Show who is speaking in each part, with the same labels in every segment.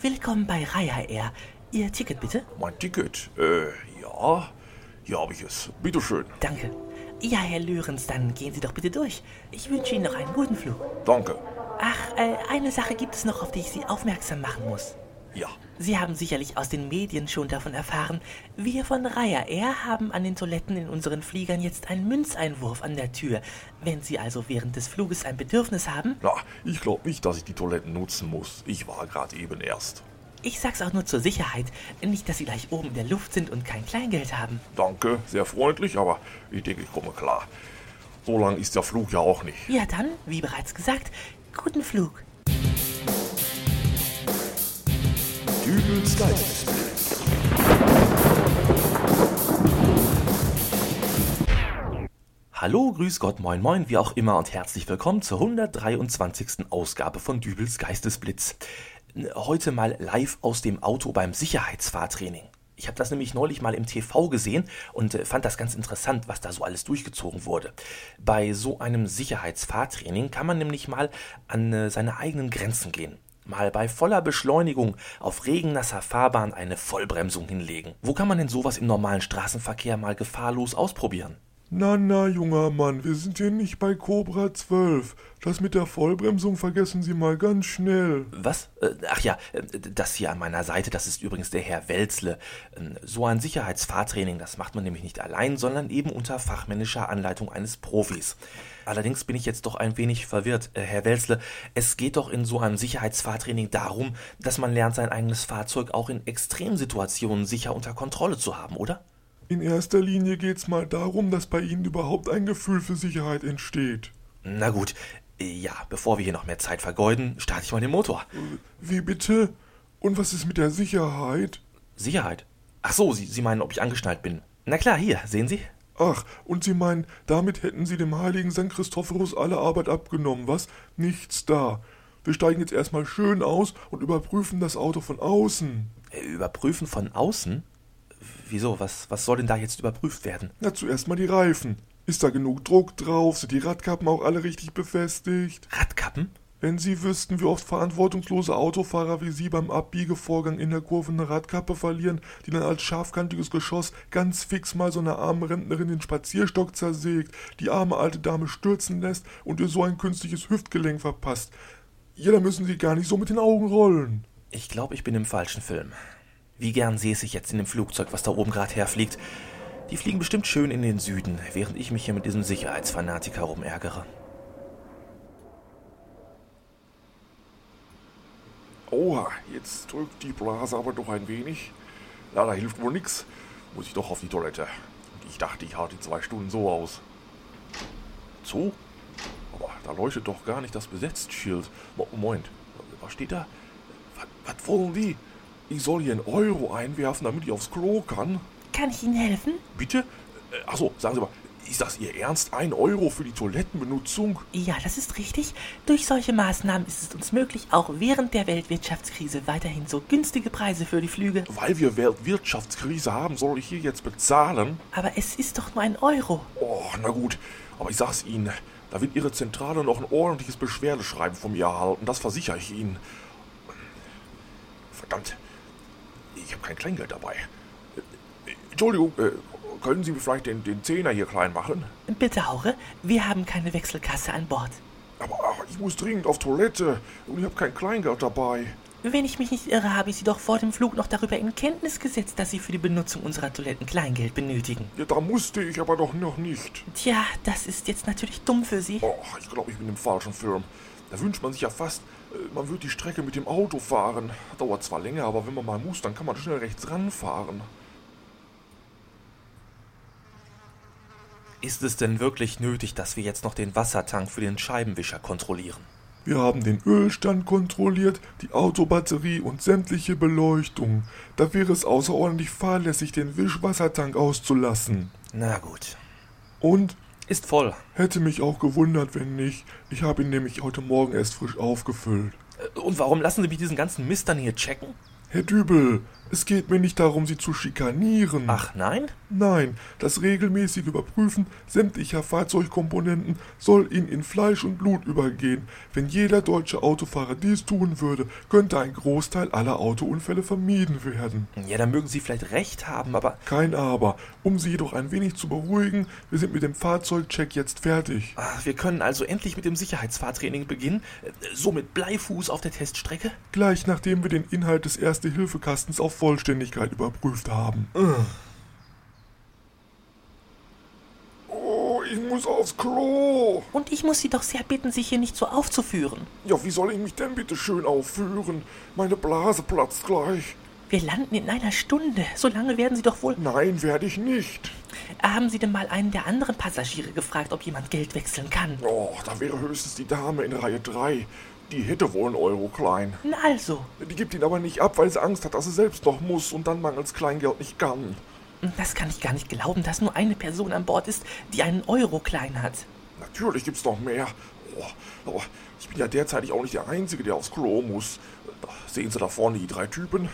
Speaker 1: Willkommen bei Raya Air. Ihr Ticket bitte?
Speaker 2: Mein Ticket? Äh, ja. Hier habe ich es. Bitteschön.
Speaker 1: Danke. Ja, Herr Löhrens, dann gehen Sie doch bitte durch. Ich wünsche Ihnen noch einen guten Flug.
Speaker 2: Danke.
Speaker 1: Ach, äh, eine Sache gibt es noch, auf die ich Sie aufmerksam machen muss.
Speaker 2: Ja.
Speaker 1: Sie haben sicherlich aus den Medien schon davon erfahren. Wir von Raya Air haben an den Toiletten in unseren Fliegern jetzt einen Münzeinwurf an der Tür. Wenn Sie also während des Fluges ein Bedürfnis haben,
Speaker 2: Na, ich glaube nicht, dass ich die Toiletten nutzen muss. Ich war gerade eben erst.
Speaker 1: ich sag's auch nur zur Sicherheit, nicht, dass Sie gleich oben in der Luft sind und kein Kleingeld haben.
Speaker 2: Danke, sehr freundlich, aber ich denke, ich komme klar. So lang ist der Flug ja auch nicht.
Speaker 1: Ja, dann, wie bereits gesagt, guten Flug.
Speaker 2: Dübels Geistesblick.
Speaker 3: Hallo, grüß Gott, moin moin, wie auch immer und herzlich willkommen zur 123. Ausgabe von Dübels Geistesblitz. Heute mal live aus dem Auto beim Sicherheitsfahrtraining. Ich habe das nämlich neulich mal im TV gesehen und äh, fand das ganz interessant, was da so alles durchgezogen wurde. Bei so einem Sicherheitsfahrtraining kann man nämlich mal an äh, seine eigenen Grenzen gehen. Mal bei voller Beschleunigung auf regennasser Fahrbahn eine Vollbremsung hinlegen. Wo kann man denn sowas im normalen Straßenverkehr mal gefahrlos ausprobieren?
Speaker 4: Na, na, junger Mann, wir sind hier nicht bei Cobra 12. Das mit der Vollbremsung vergessen Sie mal ganz schnell.
Speaker 3: Was? Äh, Ach ja, äh, das hier an meiner Seite, das ist übrigens der Herr Welzle. Ähm, So ein Sicherheitsfahrtraining, das macht man nämlich nicht allein, sondern eben unter fachmännischer Anleitung eines Profis. Allerdings bin ich jetzt doch ein wenig verwirrt, äh, Herr Welzle. Es geht doch in so einem Sicherheitsfahrtraining darum, dass man lernt, sein eigenes Fahrzeug auch in Extremsituationen sicher unter Kontrolle zu haben, oder?
Speaker 4: In erster Linie geht's mal darum, dass bei Ihnen überhaupt ein Gefühl für Sicherheit entsteht.
Speaker 3: Na gut, äh, ja, bevor wir hier noch mehr Zeit vergeuden, starte ich mal den Motor.
Speaker 4: Wie bitte? Und was ist mit der Sicherheit?
Speaker 3: Sicherheit. Ach so, Sie, Sie meinen, ob ich angeschnallt bin. Na klar, hier, sehen Sie?
Speaker 4: Ach, und Sie meinen, damit hätten Sie dem heiligen St. Christophorus alle Arbeit abgenommen, was? Nichts da. Wir steigen jetzt erstmal schön aus und überprüfen das Auto von außen.
Speaker 3: Äh, Überprüfen von außen? Wieso? Was, was soll denn da jetzt überprüft werden?
Speaker 4: Na, zuerst mal die Reifen. Ist da genug Druck drauf? Sind die Radkappen auch alle richtig befestigt?
Speaker 3: Radkappen?
Speaker 4: Wenn Sie wüssten, wie oft verantwortungslose Autofahrer wie Sie beim Abbiegevorgang in der Kurve eine Radkappe verlieren, die dann als scharfkantiges Geschoss ganz fix mal so einer armen Rentnerin den Spazierstock zersägt, die arme alte Dame stürzen lässt und ihr so ein künstliches Hüftgelenk verpasst. Ja, da müssen Sie gar nicht so mit den Augen rollen.
Speaker 3: Ich glaube, ich bin im falschen Film. Wie gern säße ich jetzt in dem Flugzeug, was da oben gerade herfliegt. Die fliegen bestimmt schön in den Süden, während ich mich hier mit diesem Sicherheitsfanatiker rumärgere.
Speaker 2: Oha, jetzt drückt die Blase aber doch ein wenig. Na, da hilft wohl nix. Muss ich doch auf die Toilette. Und ich dachte, ich halte die zwei Stunden so aus. So? Aber da leuchtet doch gar nicht das Besetztschild. Mo- Moment, was steht da? Was, was wollen die? Ich soll hier einen Euro einwerfen, damit ich aufs Klo kann?
Speaker 1: Kann ich Ihnen helfen?
Speaker 2: Bitte? Äh, Achso, sagen Sie mal, ist das Ihr Ernst? Ein Euro für die Toilettenbenutzung?
Speaker 1: Ja, das ist richtig. Durch solche Maßnahmen ist es uns möglich, auch während der Weltwirtschaftskrise weiterhin so günstige Preise für die Flüge.
Speaker 2: Weil wir Weltwirtschaftskrise haben, soll ich hier jetzt bezahlen?
Speaker 1: Aber es ist doch nur ein Euro.
Speaker 2: Oh, na gut. Aber ich sag's Ihnen, da wird Ihre Zentrale noch ein ordentliches Beschwerdeschreiben von mir erhalten. Das versichere ich Ihnen. Verdammt. Ich habe kein Kleingeld dabei. Äh, äh, Entschuldigung, äh, können Sie mir vielleicht den, den Zehner hier klein machen?
Speaker 1: Bitte, Haure, wir haben keine Wechselkasse an Bord.
Speaker 2: Aber, aber ich muss dringend auf Toilette und ich habe kein Kleingeld dabei.
Speaker 1: Wenn ich mich nicht irre, habe ich Sie doch vor dem Flug noch darüber in Kenntnis gesetzt, dass Sie für die Benutzung unserer Toiletten Kleingeld benötigen.
Speaker 2: Ja, da musste ich aber doch noch nicht.
Speaker 1: Tja, das ist jetzt natürlich dumm für Sie.
Speaker 2: Oh, ich glaube, ich bin im falschen Film. Da wünscht man sich ja fast, äh, man würde die Strecke mit dem Auto fahren. Dauert zwar länger, aber wenn man mal muss, dann kann man schnell rechts ranfahren.
Speaker 3: Ist es denn wirklich nötig, dass wir jetzt noch den Wassertank für den Scheibenwischer kontrollieren?
Speaker 4: Wir haben den Ölstand kontrolliert, die Autobatterie und sämtliche Beleuchtung. Da wäre es außerordentlich fahrlässig, den Wischwassertank auszulassen.
Speaker 3: Na gut.
Speaker 4: Und
Speaker 3: Ist voll.
Speaker 4: hätte mich auch gewundert, wenn nicht. Ich habe ihn nämlich heute Morgen erst frisch aufgefüllt.
Speaker 3: Äh, Und warum lassen Sie mich diesen ganzen Mist dann hier checken?
Speaker 4: Herr Dübel, Es geht mir nicht darum, Sie zu schikanieren.
Speaker 3: Ach nein?
Speaker 4: Nein, das regelmäßige Überprüfen sämtlicher Fahrzeugkomponenten soll Ihnen in Fleisch und Blut übergehen. Wenn jeder deutsche Autofahrer dies tun würde, könnte ein Großteil aller Autounfälle vermieden werden.
Speaker 3: Ja, da mögen Sie vielleicht recht haben, aber.
Speaker 4: Kein Aber. Um Sie jedoch ein wenig zu beruhigen, wir sind mit dem Fahrzeugcheck jetzt fertig.
Speaker 3: Ach, wir können also endlich mit dem Sicherheitsfahrtraining beginnen. Äh, So mit Bleifuß auf der Teststrecke?
Speaker 4: Gleich nachdem wir den Inhalt des Erste-Hilfe-Kastens auf Vollständigkeit überprüft haben.
Speaker 2: Oh, ich muss aufs Klo.
Speaker 1: Und ich muss Sie doch sehr bitten, sich hier nicht so aufzuführen.
Speaker 2: Ja, wie soll ich mich denn bitte schön aufführen? Meine Blase platzt gleich.
Speaker 1: Wir landen in einer Stunde. So lange werden Sie doch wohl.
Speaker 2: Nein, werde ich nicht.
Speaker 1: Haben Sie denn mal einen der anderen Passagiere gefragt, ob jemand Geld wechseln kann?
Speaker 2: Oh, da wäre höchstens die Dame in Reihe 3. Die hätte wohl einen Euro klein.
Speaker 1: Na also,
Speaker 2: Die gibt ihn aber nicht ab, weil sie Angst hat, dass sie selbst noch muss und dann mangels Kleingeld nicht kann.
Speaker 1: das kann ich gar nicht glauben, dass nur eine Person an Bord ist, die einen Euro klein hat.
Speaker 2: Natürlich gibt's noch mehr. Oh, aber ich bin ja derzeitig auch nicht der Einzige, der aufs Klo muss. Sehen Sie da vorne die drei Typen?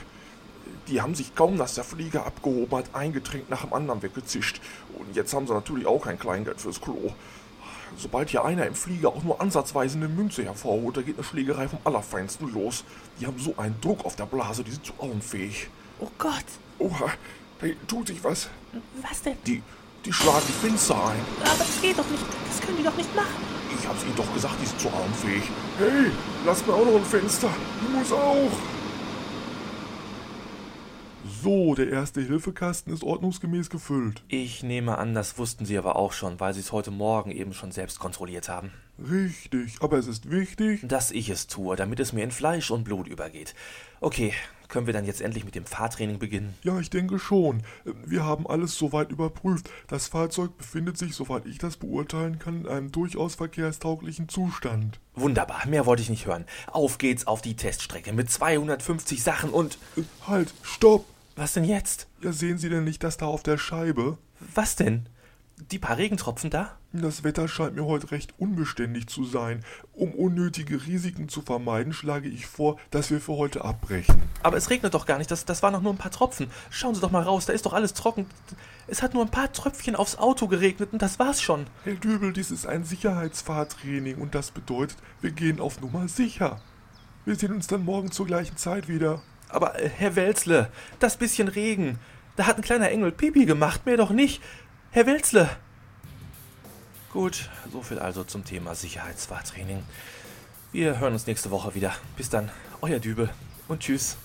Speaker 2: Die haben sich kaum, dass der Flieger abgehoben hat, ein Getränk nach dem anderen weggezischt. Und jetzt haben sie natürlich auch kein Kleingeld fürs Klo. Sobald hier einer im Flieger auch nur ansatzweise eine Münze hervorholt, da geht eine Schlägerei vom Allerfeinsten los. Die haben so einen Druck auf der Blase, die sind zu unfähig.
Speaker 1: Oh Gott,
Speaker 2: Oha, da tut sich was.
Speaker 1: was denn?
Speaker 2: Die, die schlagen die Fenster ein.
Speaker 1: Aber das geht doch nicht. Das können die doch nicht machen.
Speaker 2: Ich hab's Ihnen doch gesagt, die sind zu armfähig. Hey, lass mir auch noch ein Fenster. Ich muss auch.
Speaker 4: So, der Erste-Hilfe-Kasten ist ordnungsgemäß gefüllt.
Speaker 3: Ich nehme an, das wussten Sie aber auch schon, weil Sie es heute Morgen eben schon selbst kontrolliert haben.
Speaker 4: Richtig, aber es ist wichtig.
Speaker 3: Dass ich es tue, damit es mir in Fleisch und Blut übergeht. Okay, können wir dann jetzt endlich mit dem Fahrtraining beginnen?
Speaker 4: Ja, ich denke schon. Wir haben alles soweit überprüft. Das Fahrzeug befindet sich, soweit ich das beurteilen kann, in einem durchaus verkehrstauglichen Zustand.
Speaker 3: Wunderbar, mehr wollte ich nicht hören. Auf geht's auf die Teststrecke mit 250 Sachen und.
Speaker 4: Äh, Halt, stopp!
Speaker 3: Was denn jetzt?
Speaker 4: Ja, sehen Sie denn nicht, dass da auf der Scheibe?
Speaker 3: Was denn? Die paar Regentropfen da?
Speaker 4: Das Wetter scheint mir heute recht unbeständig zu sein. Um unnötige Risiken zu vermeiden, schlage ich vor, dass wir für heute abbrechen.
Speaker 3: Aber es regnet doch gar nicht, das, das waren doch nur ein paar Tropfen. Schauen Sie doch mal raus, da ist doch alles trocken. Es hat nur ein paar Tröpfchen aufs Auto geregnet und das war's schon.
Speaker 4: Herr Dübel, dies ist ein Sicherheitsfahrtraining und das bedeutet, wir gehen auf Nummer sicher. Wir sehen uns dann morgen zur gleichen Zeit wieder.
Speaker 3: Aber äh, Herr Welzle, das bisschen Regen, da hat ein kleiner Engel Pipi gemacht, mehr doch nicht. Herr Welzle. Gut, so viel also zum Thema Sicherheitsfahrtraining. Wir hören uns nächste Woche wieder. Bis dann, euer Dübel und tschüss.